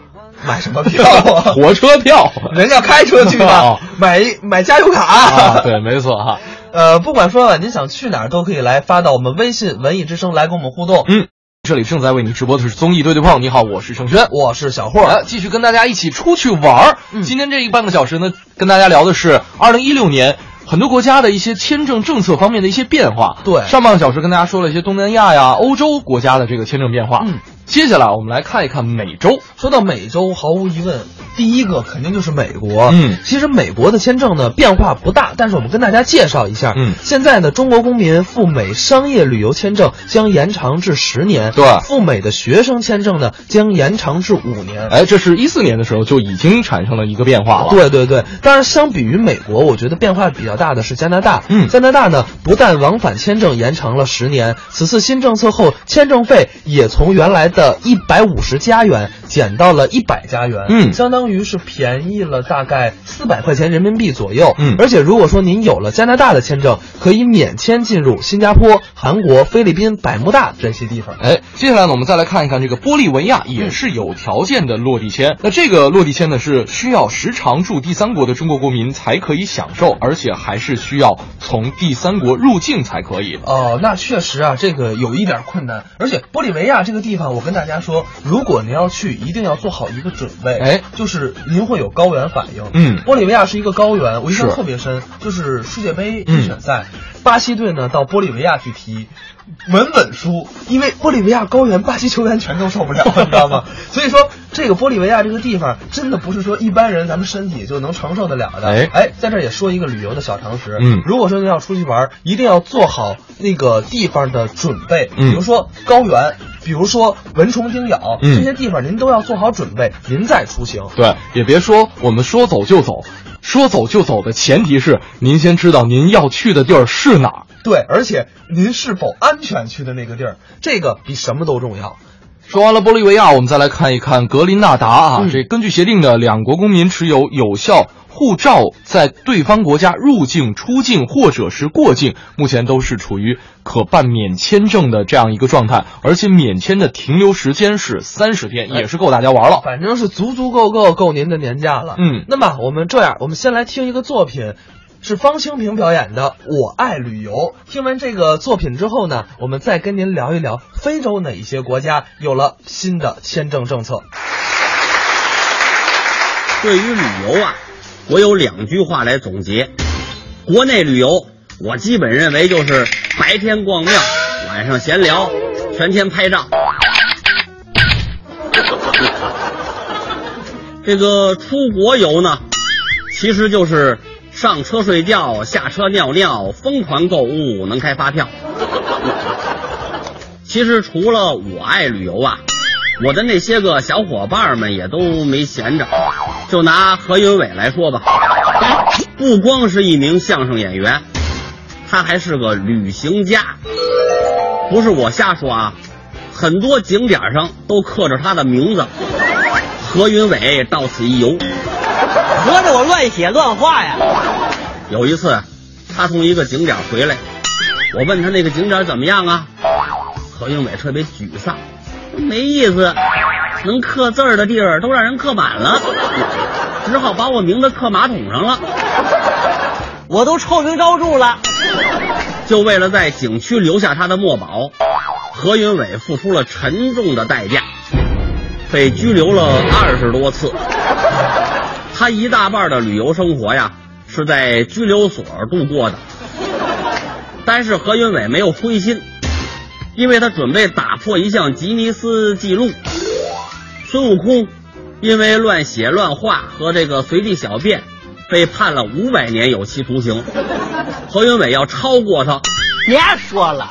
B: 买什么 票啊？
A: 火车 票。
B: 人家开车去的
A: 哦，
B: 买一买加油卡。
A: 啊，对，没错哈。
B: 呃，不管说了，您想去哪儿都可以来发到我们微信“文艺之声”来跟我们互动。
A: 嗯，这里正在为你直播的是综艺对对碰。你好，我是盛轩。
B: 我是小
A: 来
B: 霍，嗯
A: 继续跟大家一起出去玩儿。今天这一半个小时呢，跟大家聊的是二零一六年很多国家的一些签证政策方面的一些变化。
B: 对
A: 上半个小时跟大家说了一些东南亚呀、欧洲国家的这个签证变化。
B: 嗯，
A: 接下来我们来看一看美洲。
B: 说到美洲，毫无疑问，第一个肯定就是美国。
A: 嗯
B: 其实美国的签证呢变化不大，但是我们跟大家介绍一下。
A: 嗯
B: 现在呢，中国公民赴美商业旅游签证将延长至十年，
A: 对
B: 赴美的学生签证呢将延长至五年。
A: 哎，这是一四年的时候就已经产生了一个变化了。
B: 对对对，当然，相比于美国，我觉得变化比较大的是加拿大。
A: 嗯
B: 加拿大呢，不但往返签证延长了十年，此次新政策后，签证费也从原来的一百五十加元减到了一百加元，
A: 嗯
B: 相当于是便宜了大概四百块钱人民币左右，
A: 嗯
B: 而且如果说您有了加拿大的签证，可以免签进入新加坡、韩国、菲律宾、百慕大这些地方。
A: 哎，接下来呢，我们再来看一看这个玻利维亚也是有条件的落地签。那这个落地签呢，是需要时常驻第三国的中国国民才可以享受，而且还是需要从第三国入境才可以。
B: 哦，那确实啊，这个有一点困难。而且玻利维亚这个地方，我跟大家说，如果您要去，一定要做好一个准备，
A: 哎
B: 就是您会有高原反应。
A: 嗯
B: 玻利维亚是一个高原，我印象
A: 是嗯
B: 特别深，就是世界杯预选赛，巴西队呢到玻利维亚去踢。稳稳输，因为玻利维亚高原，巴西球员全都受不了，你知道 吗？所以说，这个玻利维亚这个地方，真的不是说一般人咱们身体就能承受得了的。
A: 哎
B: 哎，在这儿也说一个旅游的小常识，
A: 嗯
B: 如果说您要出去玩儿，一定要做好那个地方的准备，
A: 嗯
B: 比如说高原，比如说蚊虫叮咬，
A: 嗯
B: 这些地方您都要做好准备，您再出行。
A: 对，也别说我们说走就走，说走就走的前提是您先知道您要去的地儿是哪儿。
B: 对，而且您是否安全去的那个地儿，这个比什么都重要。
A: 说完了玻利维亚，我们再来看一看格林纳达啊。
B: 嗯
A: 这根据协定呢，两国公民持有有效护照，在对方国家入境、出境或者是过境，目前都是处于可办免签证的这样一个状态，而且免签的停留时间是三十
B: 呃
A: 天，也是够大家玩了。
B: 反正是足足够够够您的年假了。
A: 嗯
B: 那么我们这样，我们先来听一个作品。是方清平表演的《我爱旅游》。听完这个作品之后呢，我们再跟您聊一聊非洲哪一些国家有了新的签证政策。
I: 对于旅游啊，我有两句话来总结。国内旅游，我基本认为就是白天逛庙，晚上闲聊，全天拍照。 这个出国游呢，其实就是上车睡觉，下车尿尿，疯狂购物，能开发票。其实除了我爱旅游啊，我的那些个小伙伴们也都没闲着。就拿何云伟来说吧，不光是一名相声演员，他还是个旅行家。不是我瞎说啊，很多景点上都刻着他的名字。何云伟到此一游。
J: 合着我乱写乱画呀！
I: 有一次，他从一个景点回来，我问他那个景点怎么样啊？何云伟特别沮丧，没意思，能刻字儿的地儿都让人刻满了， 只好把我名字刻马桶上了，
J: 我都臭名昭著了。
I: 就为了在景区留下他的墨宝。何云伟付出了沉重的代价，被拘留了二十多次。他一大半的旅游生活呀是在拘留所度过的。但是何云伟没有灰心，因为他准备打破一项吉尼斯纪录。孙悟空因为乱写乱画和这个随地小便，被判了五百年有期徒刑。何云伟要超过他，
J: 别说了，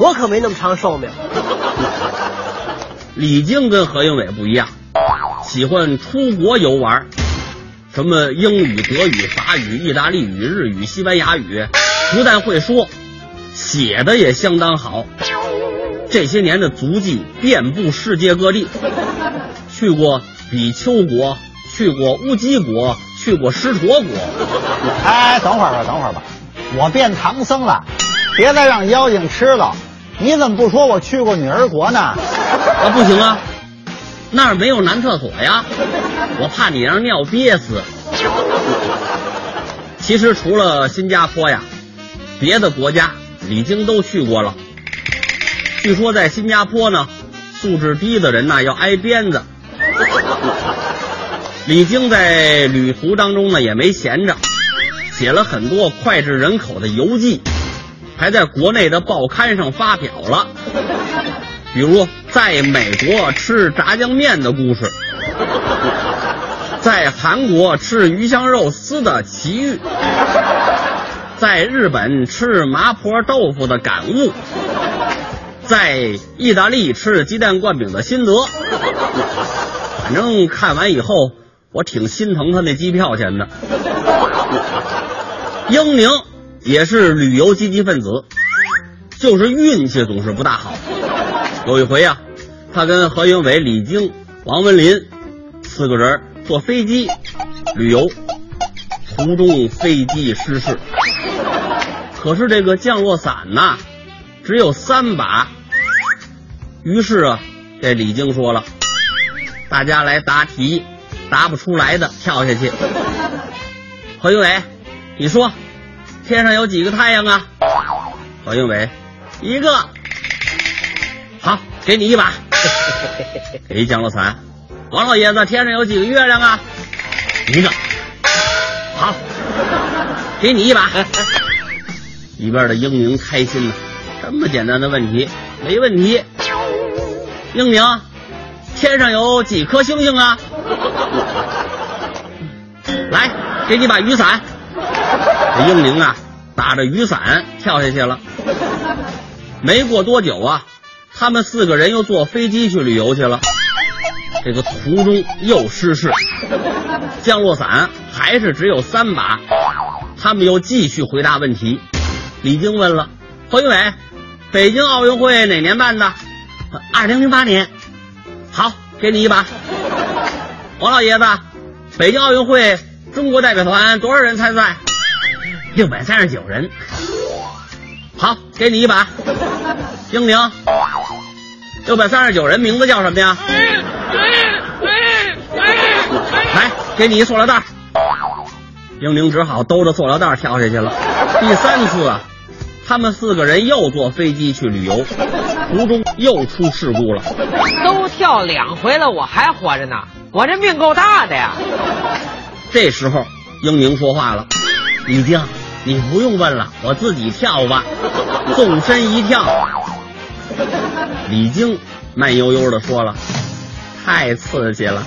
J: 我可没那么长寿命。
I: 李菁跟何云伟不一样，喜欢出国游玩，什么英语、德语、法语、意大利语、日语、西班牙语，不但会说，写的也相当好。这些年的足迹遍布世界各地，去过比丘国，去过乌鸡国，去过狮驼国。
K: 哎，等会儿吧，等会儿吧，我变唐僧了，别再让妖精吃了。你怎么不说我去过女儿国呢？
I: 啊，不行啊，那儿没有男厕所呀，我怕你让尿憋死。其实除了新加坡呀，别的国家李菁都去过了。据说在新加坡呢，素质低的人呐要挨鞭子。李菁在旅途当中呢也没闲着，写了很多脍炙人口的游记，还在国内的报刊上发表了。比如在美国吃炸酱面的故事，在韩国吃鱼香肉丝的奇遇，在日本吃麻婆豆腐的感悟，在意大利吃鸡蛋灌饼的心得。反正看完以后，我挺心疼他那机票钱的。英宁也是旅游积极分子，就是运气总是不大好。有一回呀、他跟何云伟、李菁王文林，四个人坐飞机旅游，途中飞机失事，可是这个降落伞呐、只有三把，于是啊，这李菁说了，大家来答题，答不出来的跳下去。何云伟，你说天上有几个太阳啊？何云伟，一个。好，给你一把， 给一降落伞。王老爷子，天上有几个月亮啊？一个。好，给你一把。 一边的英明开心呢，这么简单的问题，没问题。英明，天上有几颗星星啊？ 来，给你把雨伞。这英明啊，打着雨伞跳下去了。没过多久啊，他们四个人又坐飞机去旅游去了。这个途中又失事，降落伞还是只有三把。他们又继续回答问题。李菁问了：“何云伟，北京奥运会哪年办的？”“二零零八年。”“好，给你一把。”王老爷子，北京奥运会中国代表团多少人参赛？六百三十九人。好，给你一把。英明，六百三十九人名字叫什么呀？来，给你一塑料袋儿。英明只好兜着塑料袋儿跳下去了。第三次啊，他们四个人又坐飞机去旅游，途中又出事故了。
L: 都跳两回了，我还活着呢，我这命够大的呀！
I: 这时候，英明说话了：“李菁，你不用问了，我自己跳吧。”纵身一跳，李菁慢悠悠地说了：“太刺激了，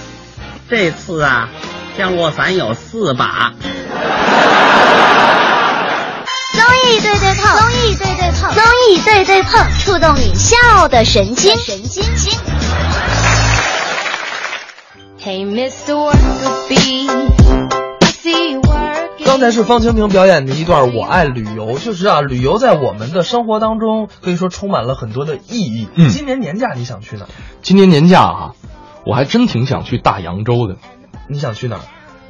I: 这次啊，降落伞有四把。”
G: 综艺对对碰，综艺对对碰，综艺对对碰，触动你笑的神经，神经经。
M: Hey, Mr. Worker Bee, I see you working.
B: 刚才是方清平表演的一段《我爱旅游》，确实啊，旅游在我们的生活当中可以说充满了很多的意义。
A: 嗯
B: 今年年假你想去哪儿？
A: 今年年假啊，我还真挺想去大洋洲的，
B: 你想去哪儿？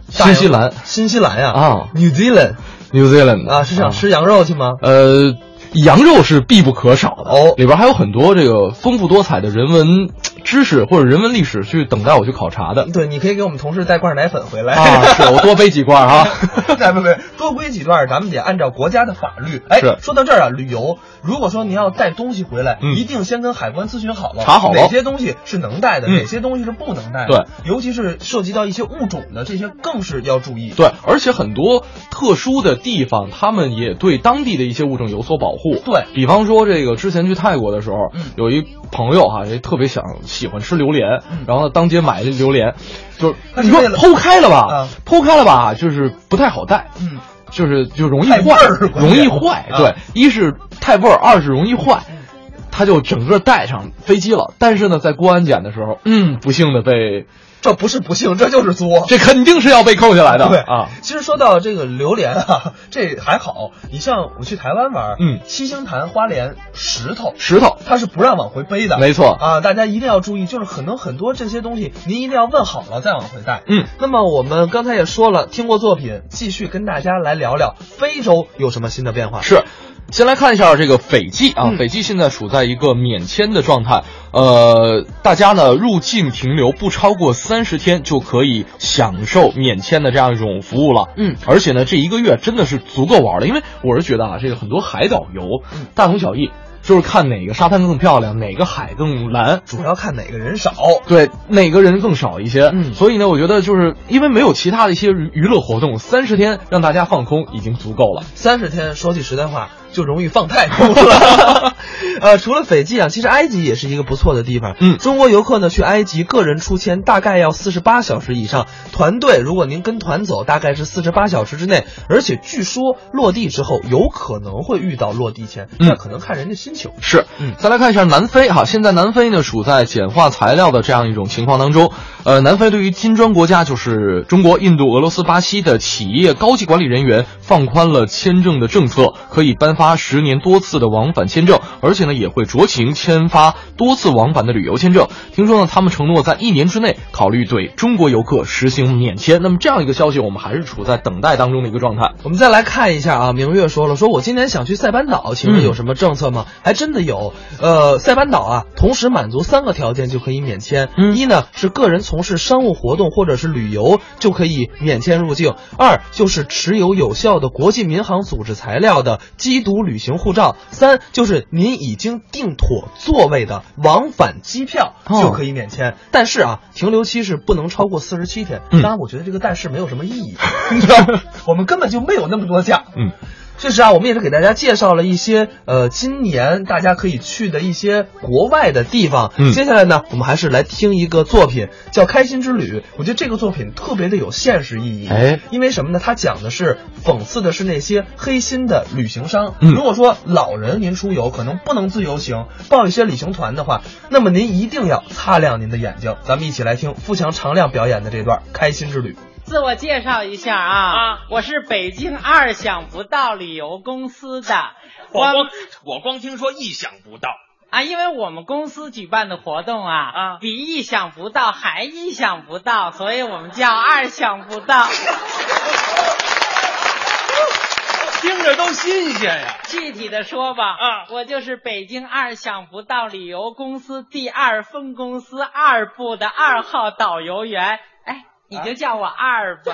A: 新西兰，
B: 新西兰呀
A: 啊
B: ，New Zealand，New
A: Zealand
B: 啊，是想吃羊肉去吗？
A: 呃，羊肉是必不可少的哦，里边还有很多这个丰富多彩的人文知识或者人文历史去等待我去考察的。
B: 对，你可以给我们同事带罐奶粉回来
A: 啊，是我多背几罐 啊。
B: 哎，不不，多归几段，咱们得按照国家的法律。哎
A: 是，
B: 说到这儿啊，旅游，如果说您要带东西回来，
A: 嗯
B: 一定先跟海关咨询好了，
A: 查好了
B: 哪些东西是能带的，
A: 嗯
B: 哪些东西是不能带的。对，尤其是涉及到一些物种的，这些更是要注意。
A: 对，而且很多特殊的地方，他们也对当地的一些物种有所保护。
B: 对嗯
A: 比方说，这个之前去泰国的时候，有一朋友哈、也特别想喜欢吃榴莲，然后呢当街买了榴莲，就是
B: 嗯那
A: 你
B: 是
A: 说
B: 为了
A: 剖开了吧，
B: 啊
A: 剖开了吧，就是不太好带。
B: 嗯。
A: 就是就容易坏
B: 太味儿，关
A: 容易
B: 键
A: 坏。
B: 啊嗯
A: 对，一是太味儿，二是容易坏。他就整个带上飞机了，但是呢，在过安检的时候，嗯，不幸的被，
B: 这不是不幸，这就是作。
A: 这肯定是要被扣下来的
B: 对
A: 啊。
B: 其实说到这个榴莲啊，这还好。你像我去台湾玩，
A: 嗯
B: 七星潭、花莲、石头，
A: 石头
B: 它是不让往回背的，
A: 没错
B: 啊。大家一定要注意，就是可能很多这些东西，您一定要问好了再往回带。
A: 嗯，
B: 那么我们刚才也说了，听过作品，继续跟大家来聊聊非洲有什么新的变化。
A: 啊是，先来看一下这个斐济啊，斐济现在处在一个免签的状态，呃，大家呢入境停留不超过三十天就可以享受免签的这样一种服务了。
B: 嗯，
A: 而且呢，这一个月真的是足够玩了，因为我是觉得啊，这个很多海岛游大同小异。就是看哪个沙滩更漂亮，哪个海更蓝，哦
B: 主要看哪个人少。
A: 对，哪个人更少一些。嗯，所以呢，我觉得就是因为没有其他的一些娱娱乐活动，三十天让大家放空已经足够了。
B: 三十天，说句实在话，就容易放太空了。 呃，除了斐济啊，其实埃及也是一个不错的地方。
A: 嗯
B: 中国游客呢去埃及，个人出签大概要四十八小时以上，团队如果您跟团走，大概是四十八小时之内。而且据说落地之后有可能会遇到落地签，那可能看人家心情。
A: 是，
B: 嗯
A: 再来看一下南非哈，现在南非呢处在简化材料的这样一种情况当中。呃，南非对于金砖国家，就是中国、印度、俄罗斯、巴西的企业高级管理人员放宽了签证的政策，可以颁发十年多次的往返签证，而且呢也会酌情签发多次往返的旅游签证。听说呢，他们承诺在一年之内考虑对中国游客实行免签。那么这样一个消息，我们还是处在等待当中的一个状态。
B: 我们再来看一下啊，明月说了，说我今年想去塞班岛，请问有什么政策吗？还真的有，呃，塞班岛啊，同时满足三个条件就可以免签。
A: 嗯
B: 一呢是个人从事商务活动或者是旅游就可以免签入境；二就是持有有效的国际民航组织材料的机读旅行护照；三就是您已经订妥座位的往返机票
A: 哦
B: 就可以免签。但是啊，停留期是不能超过四十七天。
A: 嗯
B: 当然，我觉得这个但是没有什么意 义，你知道吗，我们根本就没有那么多假。
A: 嗯。
B: 确实啊，我们也是给大家介绍了一些呃，今年大家可以去的一些国外的地方。
A: 嗯
B: 接下来呢，我们还是来听一个作品，叫《开心之旅》。我觉得这个作品特别的有现实意义。
A: 哎，
B: 因为什么呢？它讲的是讽刺的是那些黑心的旅行商。
A: 嗯
B: 如果说老人您出游可能不能自由行，报一些旅行团的话，那么您一定要擦亮您的眼睛。咱们一起来听富强常亮表演的这段《开心之旅》。
N: 自我介绍一下啊，啊，我是北京二想不到旅游公司的，
E: 我
N: 我
E: 光我光听说意想不到，
N: 啊，因为我们公司举办的活动啊，啊，比意想不到还意想不到，所以我们叫二想不 到。
E: 听着都新鲜呀！
N: 具体的说吧，啊，我就是北京二想不到旅游公司第二分公司二部的二号导游员，哎，你就叫我二吧。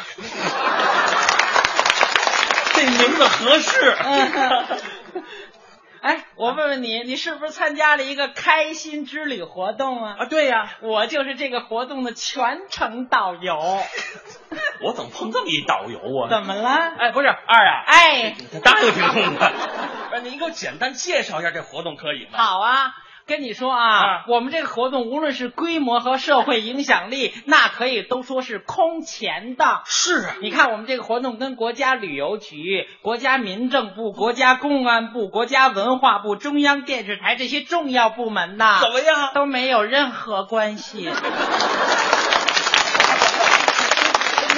E: 这名字合适。
N: 哎，我问问你，你是不是参加了一个开心之旅活动啊？啊，对呀、我就是这个活动的全程导 游。
E: 我怎么碰这么一导游啊？
N: 怎么了？
E: 哎，不是二啊，
N: 哎，
E: 答应挺痛快。 哎，您给我简单介绍一下这活动可以吗？
N: 好啊，跟你说啊，我们这个活动无论是规模和社会影响力，那可以都说是空前的。
E: 是啊
N: 你看我们这个活动跟国家旅游局、国家民政部、国家公安部、国家文化部、中央电视台这些重要部门呐，
E: 怎么样？
N: 都没有任何 关系。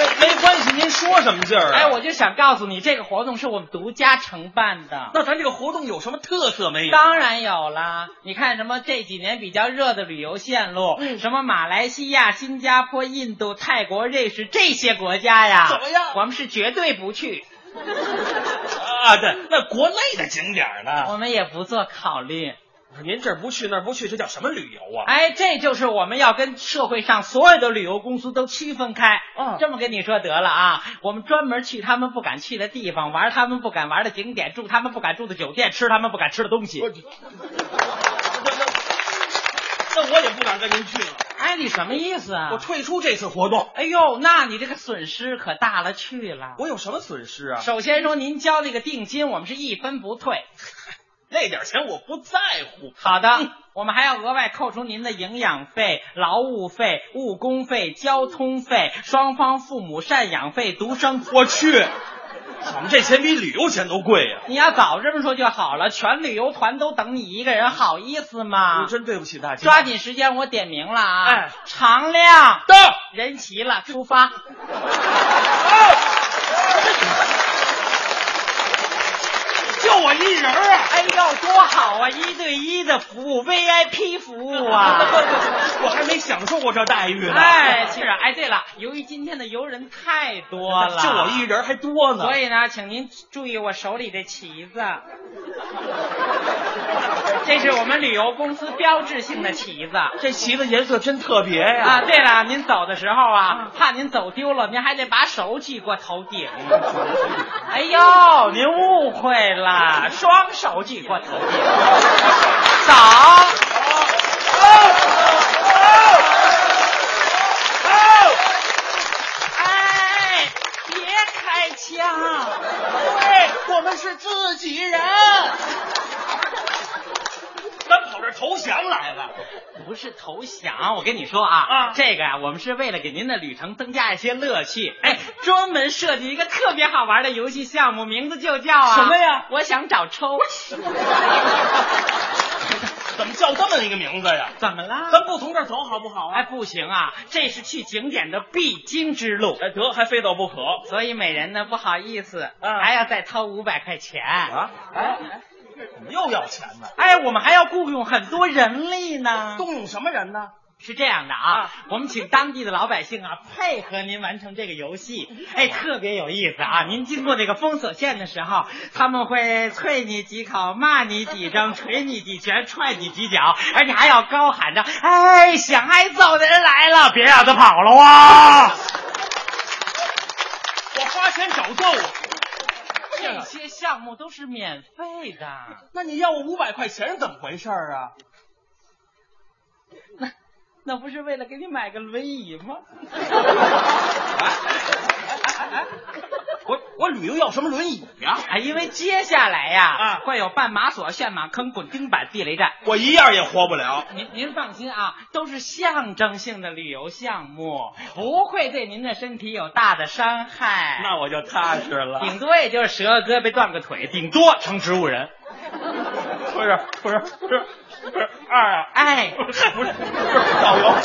E: 没没关系，您说什么劲儿啊？
N: 哎，我就想告诉你，这个活动是我们独家承办的。
E: 那咱这个活动有什么特色没有？
N: 当然有啦！你看什么这几年比较热的旅游线路，
E: 嗯
N: 什么马来西亚、新加坡、印度、泰国、瑞士这些国家呀，
E: 怎么样
N: 我们是绝对不去，
E: 啊，对，那国内的景点儿呢？
N: 我们也不做考虑。
E: 您这儿不去那儿不去，这叫什么旅游啊？
N: 哎，这就是我们要跟社会上所有的旅游公司都区分开。
E: 嗯
N: 这么跟你说得了啊，我们专门去他们不敢去的地方，玩他们不敢玩的景点，住他们不敢住的酒店，吃他们不敢吃的东西。
E: 那我也不敢跟您去了，
N: 哎，你什么意思啊？
E: 我退出这次活动。
N: 哎呦，那你这个损失可大了去了。
E: 我有什么损失啊？
N: 首先说，您交那个定金，我们是一分不退。
E: 那点钱我不在乎。
N: 好的，嗯我们还要额外扣除您的营养费、劳务费、误工费、交通费、双方父母赡养费、独生。
E: 我去，我们这钱比旅游钱都贵呀、
N: 你要早这么说就好了，全旅游团都等你一个人，好意思吗？
E: 我啊真对不起大家。
N: 抓紧时间，我点名了啊！
E: 哎，
N: 常亮
E: 到，
N: 人齐了，出发。
E: 就我一人儿啊！
N: 哎呦，多好啊！一对一的服务，VIP 服务 啊！
E: 我还没享受过这待遇呢。
N: 哎，是啊，哎，对了，由于今天的游人太多了，
E: 就我一人还多呢。
N: 所以呢，请您注意我手里这旗子，这是我们旅游公司标志性的旗子。
E: 这旗子颜色真特别呀、
J: 哎
N: 啊，对了，您走的时候啊，怕您走丢了，您还得把手举过头 顶。哎呦，您误会了，双手举过头顶。走，哎，别开枪，对我们是自己人。
E: 咱跑这儿投降来了。
N: 不是投降，我跟你说啊，
E: 啊
N: 这个呀、我们是为了给您的旅程增加一些乐趣，哎，专门设计一个特别好玩的游戏项目，名字就叫 啊
E: 什么呀？
N: 我想找抽，
E: 怎么叫这么一个名字呀？
N: 怎么了？
E: 咱不从这儿走好不好啊？
N: 哎，不行啊，这是去景点的必经之路。
E: 哎，得还非走不可。
N: 所以每人呢，不好意思，还要再掏五百块钱
E: 啊！哎，怎么又要钱呢？
N: 哎，我们还要雇佣很多人力呢。
E: 动用什么人呢？
N: 是这样的啊，我们请当地的老百姓 啊配合您完成这个游戏，哎，特别有意思啊！您经过这个封锁线的时候，他们会啐你几口，骂你 几声，捶你几拳，踹你几脚，而且还要高喊着：“哎，想挨揍的人来了，别让他跑了啊！”
E: 我花钱找揍啊！
N: 这些项目都是免费的，
E: 那你要我五百块钱是怎么回事儿啊？
N: 那。那不是为了给你买个轮椅吗？
E: 我我旅游要什么轮椅呀？
N: 啊，因为接下来呀，啊，会有绊马索、陷马坑、滚钉板、地雷战，
E: 我一样也活不了。
N: 您您放心啊，都是象征性的旅游项目，不会对您的身体有大的伤害。
E: 那我就踏实了，
N: 顶多也就是折个胳膊、断个腿，顶多成植物人。
E: 不是不是不是。不是二啊！
N: 哎，
E: 不是不是导游，啊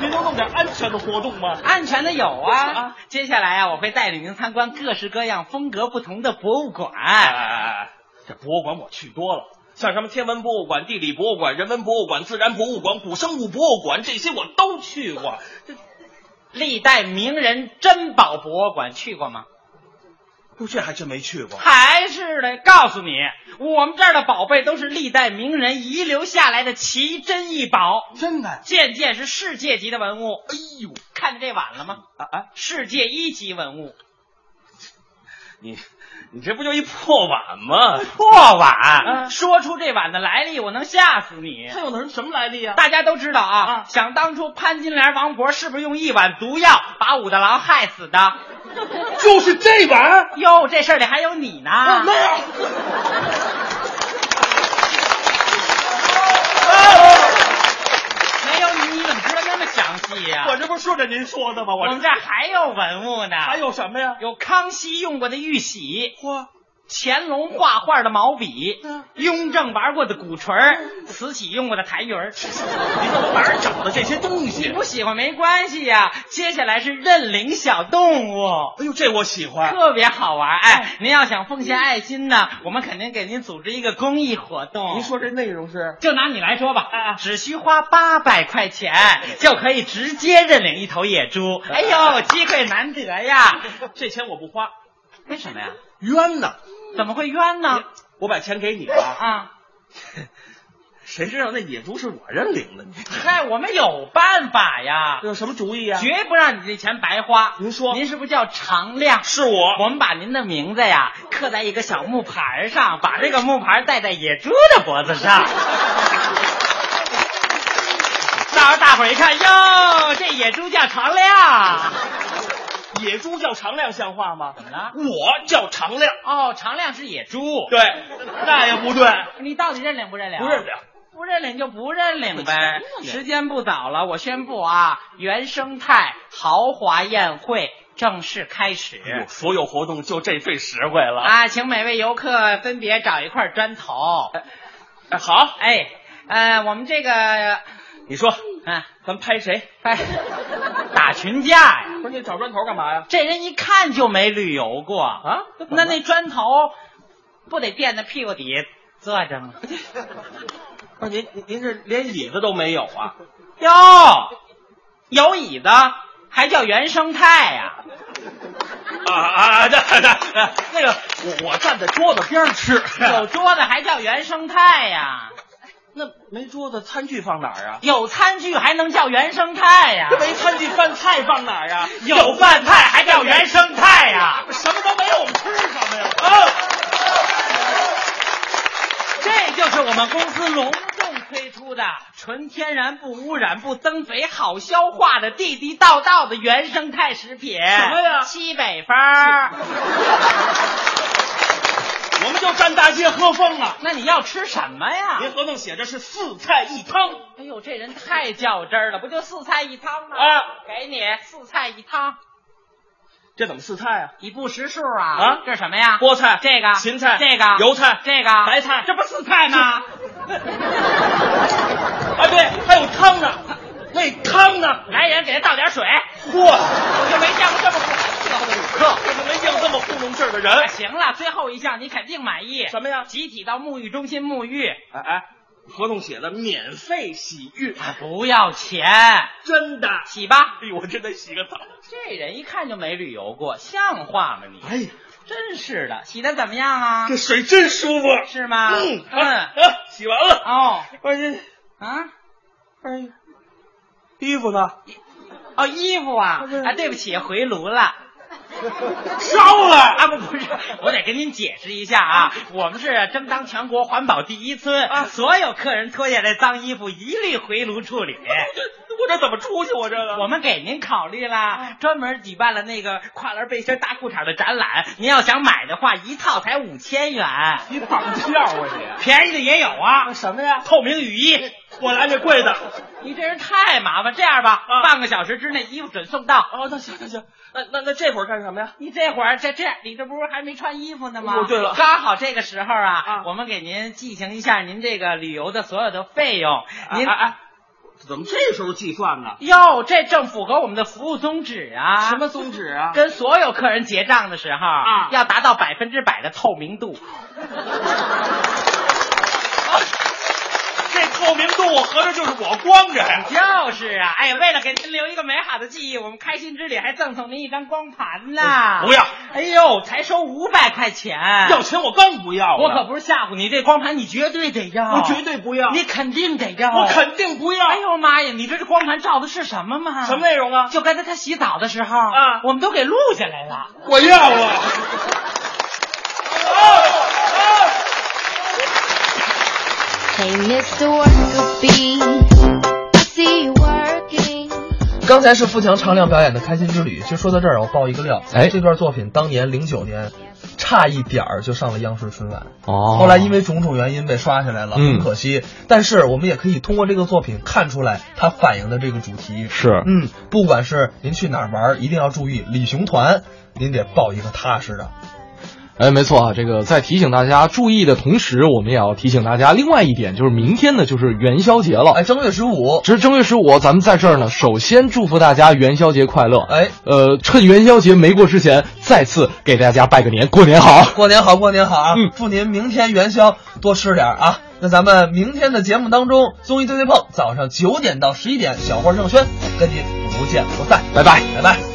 E: 您能弄点安全的活动吗？
N: 安全的有啊！啊接下来啊，我会带领您参观各式各样、风格不同的博物馆。
E: 哎哎哎！这博物馆我去多了，像什么天文博物馆、地理博物馆、人文博物馆、自然博物馆、古生物博物馆，这些我都去过。这
N: 历代名人珍宝博物馆去过吗？
E: 不，这还真没去过。
N: 还是的，告诉你，我们这儿的宝贝都是历代名人遗留下来的奇珍异宝，
E: 真的，
N: 件件是世界级的文物。
E: 哎呦，
N: 看见这碗了吗？
E: 啊啊，
N: 世界一级文物。
E: 你，你这不就一破碗吗？
N: 破碗、
E: 嗯
N: 啊，说出这碗的来历，我能吓死你。
E: 它有能什么来历啊？
N: 大家都知道啊，啊想当初潘金莲、王勃是不是用一碗毒药把武大郎害死的？
E: 就是这碗
N: 哟，这事儿里还有你呢。
E: 啊、没有。
N: 没有你，你怎么知道那么详细呀、啊？
E: 我这不顺着您说的吗？
N: 我们这还有文物呢。
E: 还有什么呀？
N: 有康熙用过的玉玺。
E: 嚯！嗯
N: 乾隆画画的毛笔，雍正玩过的鼓槌，慈禧用过的痰盂儿。
E: 你怎么哪儿找的这些东西？
N: 你不喜欢没关系呀、啊。接下来是认领小动物，
E: 哎呦，这我喜欢，
N: 特别好玩。啊哎，您要想奉献爱心呢，我们肯定给您组织一个公益活动。
E: 您说这内容是？
N: 就拿你来说吧，啊、只需花八百块钱就可以直接认领一头野猪。哎呦，机会难得呀！
E: 这钱我不花，
N: 为什么呀？
E: 冤呢？
N: 怎么会冤呢？
E: 我把啊钱给你了
N: 啊！
E: 谁知道那野猪是我认领的呢？
N: 嗨，哎我们有办法呀！
E: 有什么主意啊？
N: 绝不让你这钱白花。
E: 您说，
N: 您是不是叫常亮？
E: 是我。
N: 我们把您的名字呀刻在一个小木牌上，把这个木牌戴在野猪的脖子上。到时候大伙儿一看，哟，这野猪叫常亮。
E: 野猪叫常亮像话吗？
N: 怎么了？
E: 我叫常亮。
N: 哦，常亮是野猪。
E: 对，那也不对。
N: 你到底认领不认领？
E: 不认领。
N: 不认领就不认领呗。时间不早了，我宣布啊，原生态豪华宴会正式开始。
E: 哎所有活动就这最实惠了
N: 啊！请每位游客分别找一块砖头。
E: 哎、好，
N: 哎，呃，我们这个，
E: 你说，
N: 啊，
E: 咱拍谁？
N: 拍。打群架呀！
E: 不是你找砖头干嘛呀？
N: 这人一看就没旅游过
E: 啊！
N: 那那砖头不得垫在屁股底坐 着吗？
E: 不是您您这连椅子都没有啊？
N: 哟，有椅子还叫原生态呀、
E: 啊？啊啊！那那那个我我站在桌子边吃，
N: 有桌子还叫原生态呀、啊？
E: 那没桌子，餐具放哪儿啊？
N: 有餐具还能叫原生态呀、
E: 啊？没餐具，饭菜放哪儿啊？
N: 有饭菜还叫原生态呀、哦
E: 啊？什么都没有，我们吃什么呀？啊！
N: 这就是我们公司隆重推出的纯天然、不污染、不增肥、好消化的地地道道的原生态食品。
E: 什么呀？
N: 西北风。
E: 我们就站大街喝风啊！
N: 那你要吃什么呀？
E: 您合同写着是四菜一汤。
N: 哎呦，这人啊太较真了，不就四菜一汤吗？
E: 啊，
N: 给你四菜一汤。
E: 这怎么四菜啊？
N: 你不识数啊？
E: 啊
N: 这是什么呀？
E: 菠菜
N: 这个
E: 芹菜
N: 这个
E: 油菜
N: 这个
E: 白菜
N: 这不四 菜吗？
E: 哎，对，还有汤呢，那汤呢？
N: 来人，给他倒点水。
E: 嚯，
N: 我就没见过这么糊弄的旅客。
E: 我就没见过这么糊弄事儿的人。
N: 哎行了，最后一项你肯定满意。
E: 什么呀？
N: 集体到沐浴中心沐浴，
E: 哎哎，合同写的免费洗浴，
N: 不要钱，
E: 真的。
N: 洗吧。
E: 哎呦，我真得洗个澡。
N: 这人一看就没旅游过，像话吗你？
E: 哎呀，
N: 真是的，洗的怎么样啊
E: 这？水真舒服。
N: 是吗？
E: 嗯
N: 嗯，
E: 啊，洗完了。
N: 哦，
E: 哎呀，
N: 啊，
E: 哎呀，衣服呢？
N: 哦，衣服啊，啊，对不起，回炉了。
E: 烧了。
N: 啊，不不是，我得跟您解释一下啊，我们是争当全国环保第一村，啊、所有客人脱下来脏衣服一律回炉处理。
E: 我这怎么出去？我这个啊
N: 我们给您考虑啦，专门举办了那个跨栏背心大裤衩的展览。您要想买的话，一套才五千元，
E: 你绑票啊
N: 便宜的也有啊。
E: 什么呀？
N: 透明雨衣，
E: 我来这贵的。
N: 你这人太麻烦。这样吧，半个小时之内衣服准送到。
E: 啊哦，那行那行，那那那这会儿干什么呀？
N: 你这会儿这这，你这不是还没穿衣服呢吗？
E: 哦对了
N: 刚好这个时候啊，
E: 啊
N: 我们给您进行一下您这个旅游的所有的费用。您
E: 哎哎，怎么这时候计算呢？
N: 哟，这正符合我们的服务宗旨啊！
E: 什么宗旨啊？
N: 跟所有客人结账的时候
E: 啊
N: 要达到百分之百的透明度。
E: 这透明度，我合着就是我光着呀。
N: 就是啊，哎，为了给您留一个美好的记忆，我们开心之旅还赠送您一张光盘呢。
E: 嗯不要！
N: 哎呦，才收五百块钱，
E: 要钱我更不要了。
N: 我可不是吓唬你，这光盘你绝对得要，
E: 我绝对不要。
N: 你肯定得要，
E: 我肯定不要。
N: 哎呦妈呀！你知道这光盘照的是什么吗？
E: 什么内容啊？
N: 就刚才他洗澡的时候
E: 啊
N: 我们都给录下来了。
E: 我要了。
M: Hey, Mr. Worker Bee, I see you working.
B: 刚才是富强常亮表演的《开心之旅》。其实说到这儿，我爆一个料，
A: 哎
B: 这段作品当年零九年，差一点儿就上了央视春晚。
A: 哦
B: 后来因为种种原因被刷下来了，
A: 嗯
B: 很可惜。但是我们也可以通过这个作品看出来，它反映的这个主题
A: 是
B: 嗯，不管是您去哪儿玩儿，一定要注意李熊团，您得报一个踏实的。
A: 哎，没错啊，这个在提醒大家注意的同时，我们也要提醒大家另外一点，就是明天呢就是元宵节了。
B: 哎，正月十五，
A: 其实正月十五，咱们在这儿呢，首先祝福大家元宵节快乐。
B: 哎，
A: 呃，趁元宵节没过之前，再次给大家拜个年，过年好。
B: 过年好，过年好啊！
A: 嗯
B: 祝您明天元宵多吃点儿啊。那咱们明天的节目当中，综艺对对碰，早上九点到十一点，小花盛轩跟您不见不散，
A: 拜拜
B: 拜拜。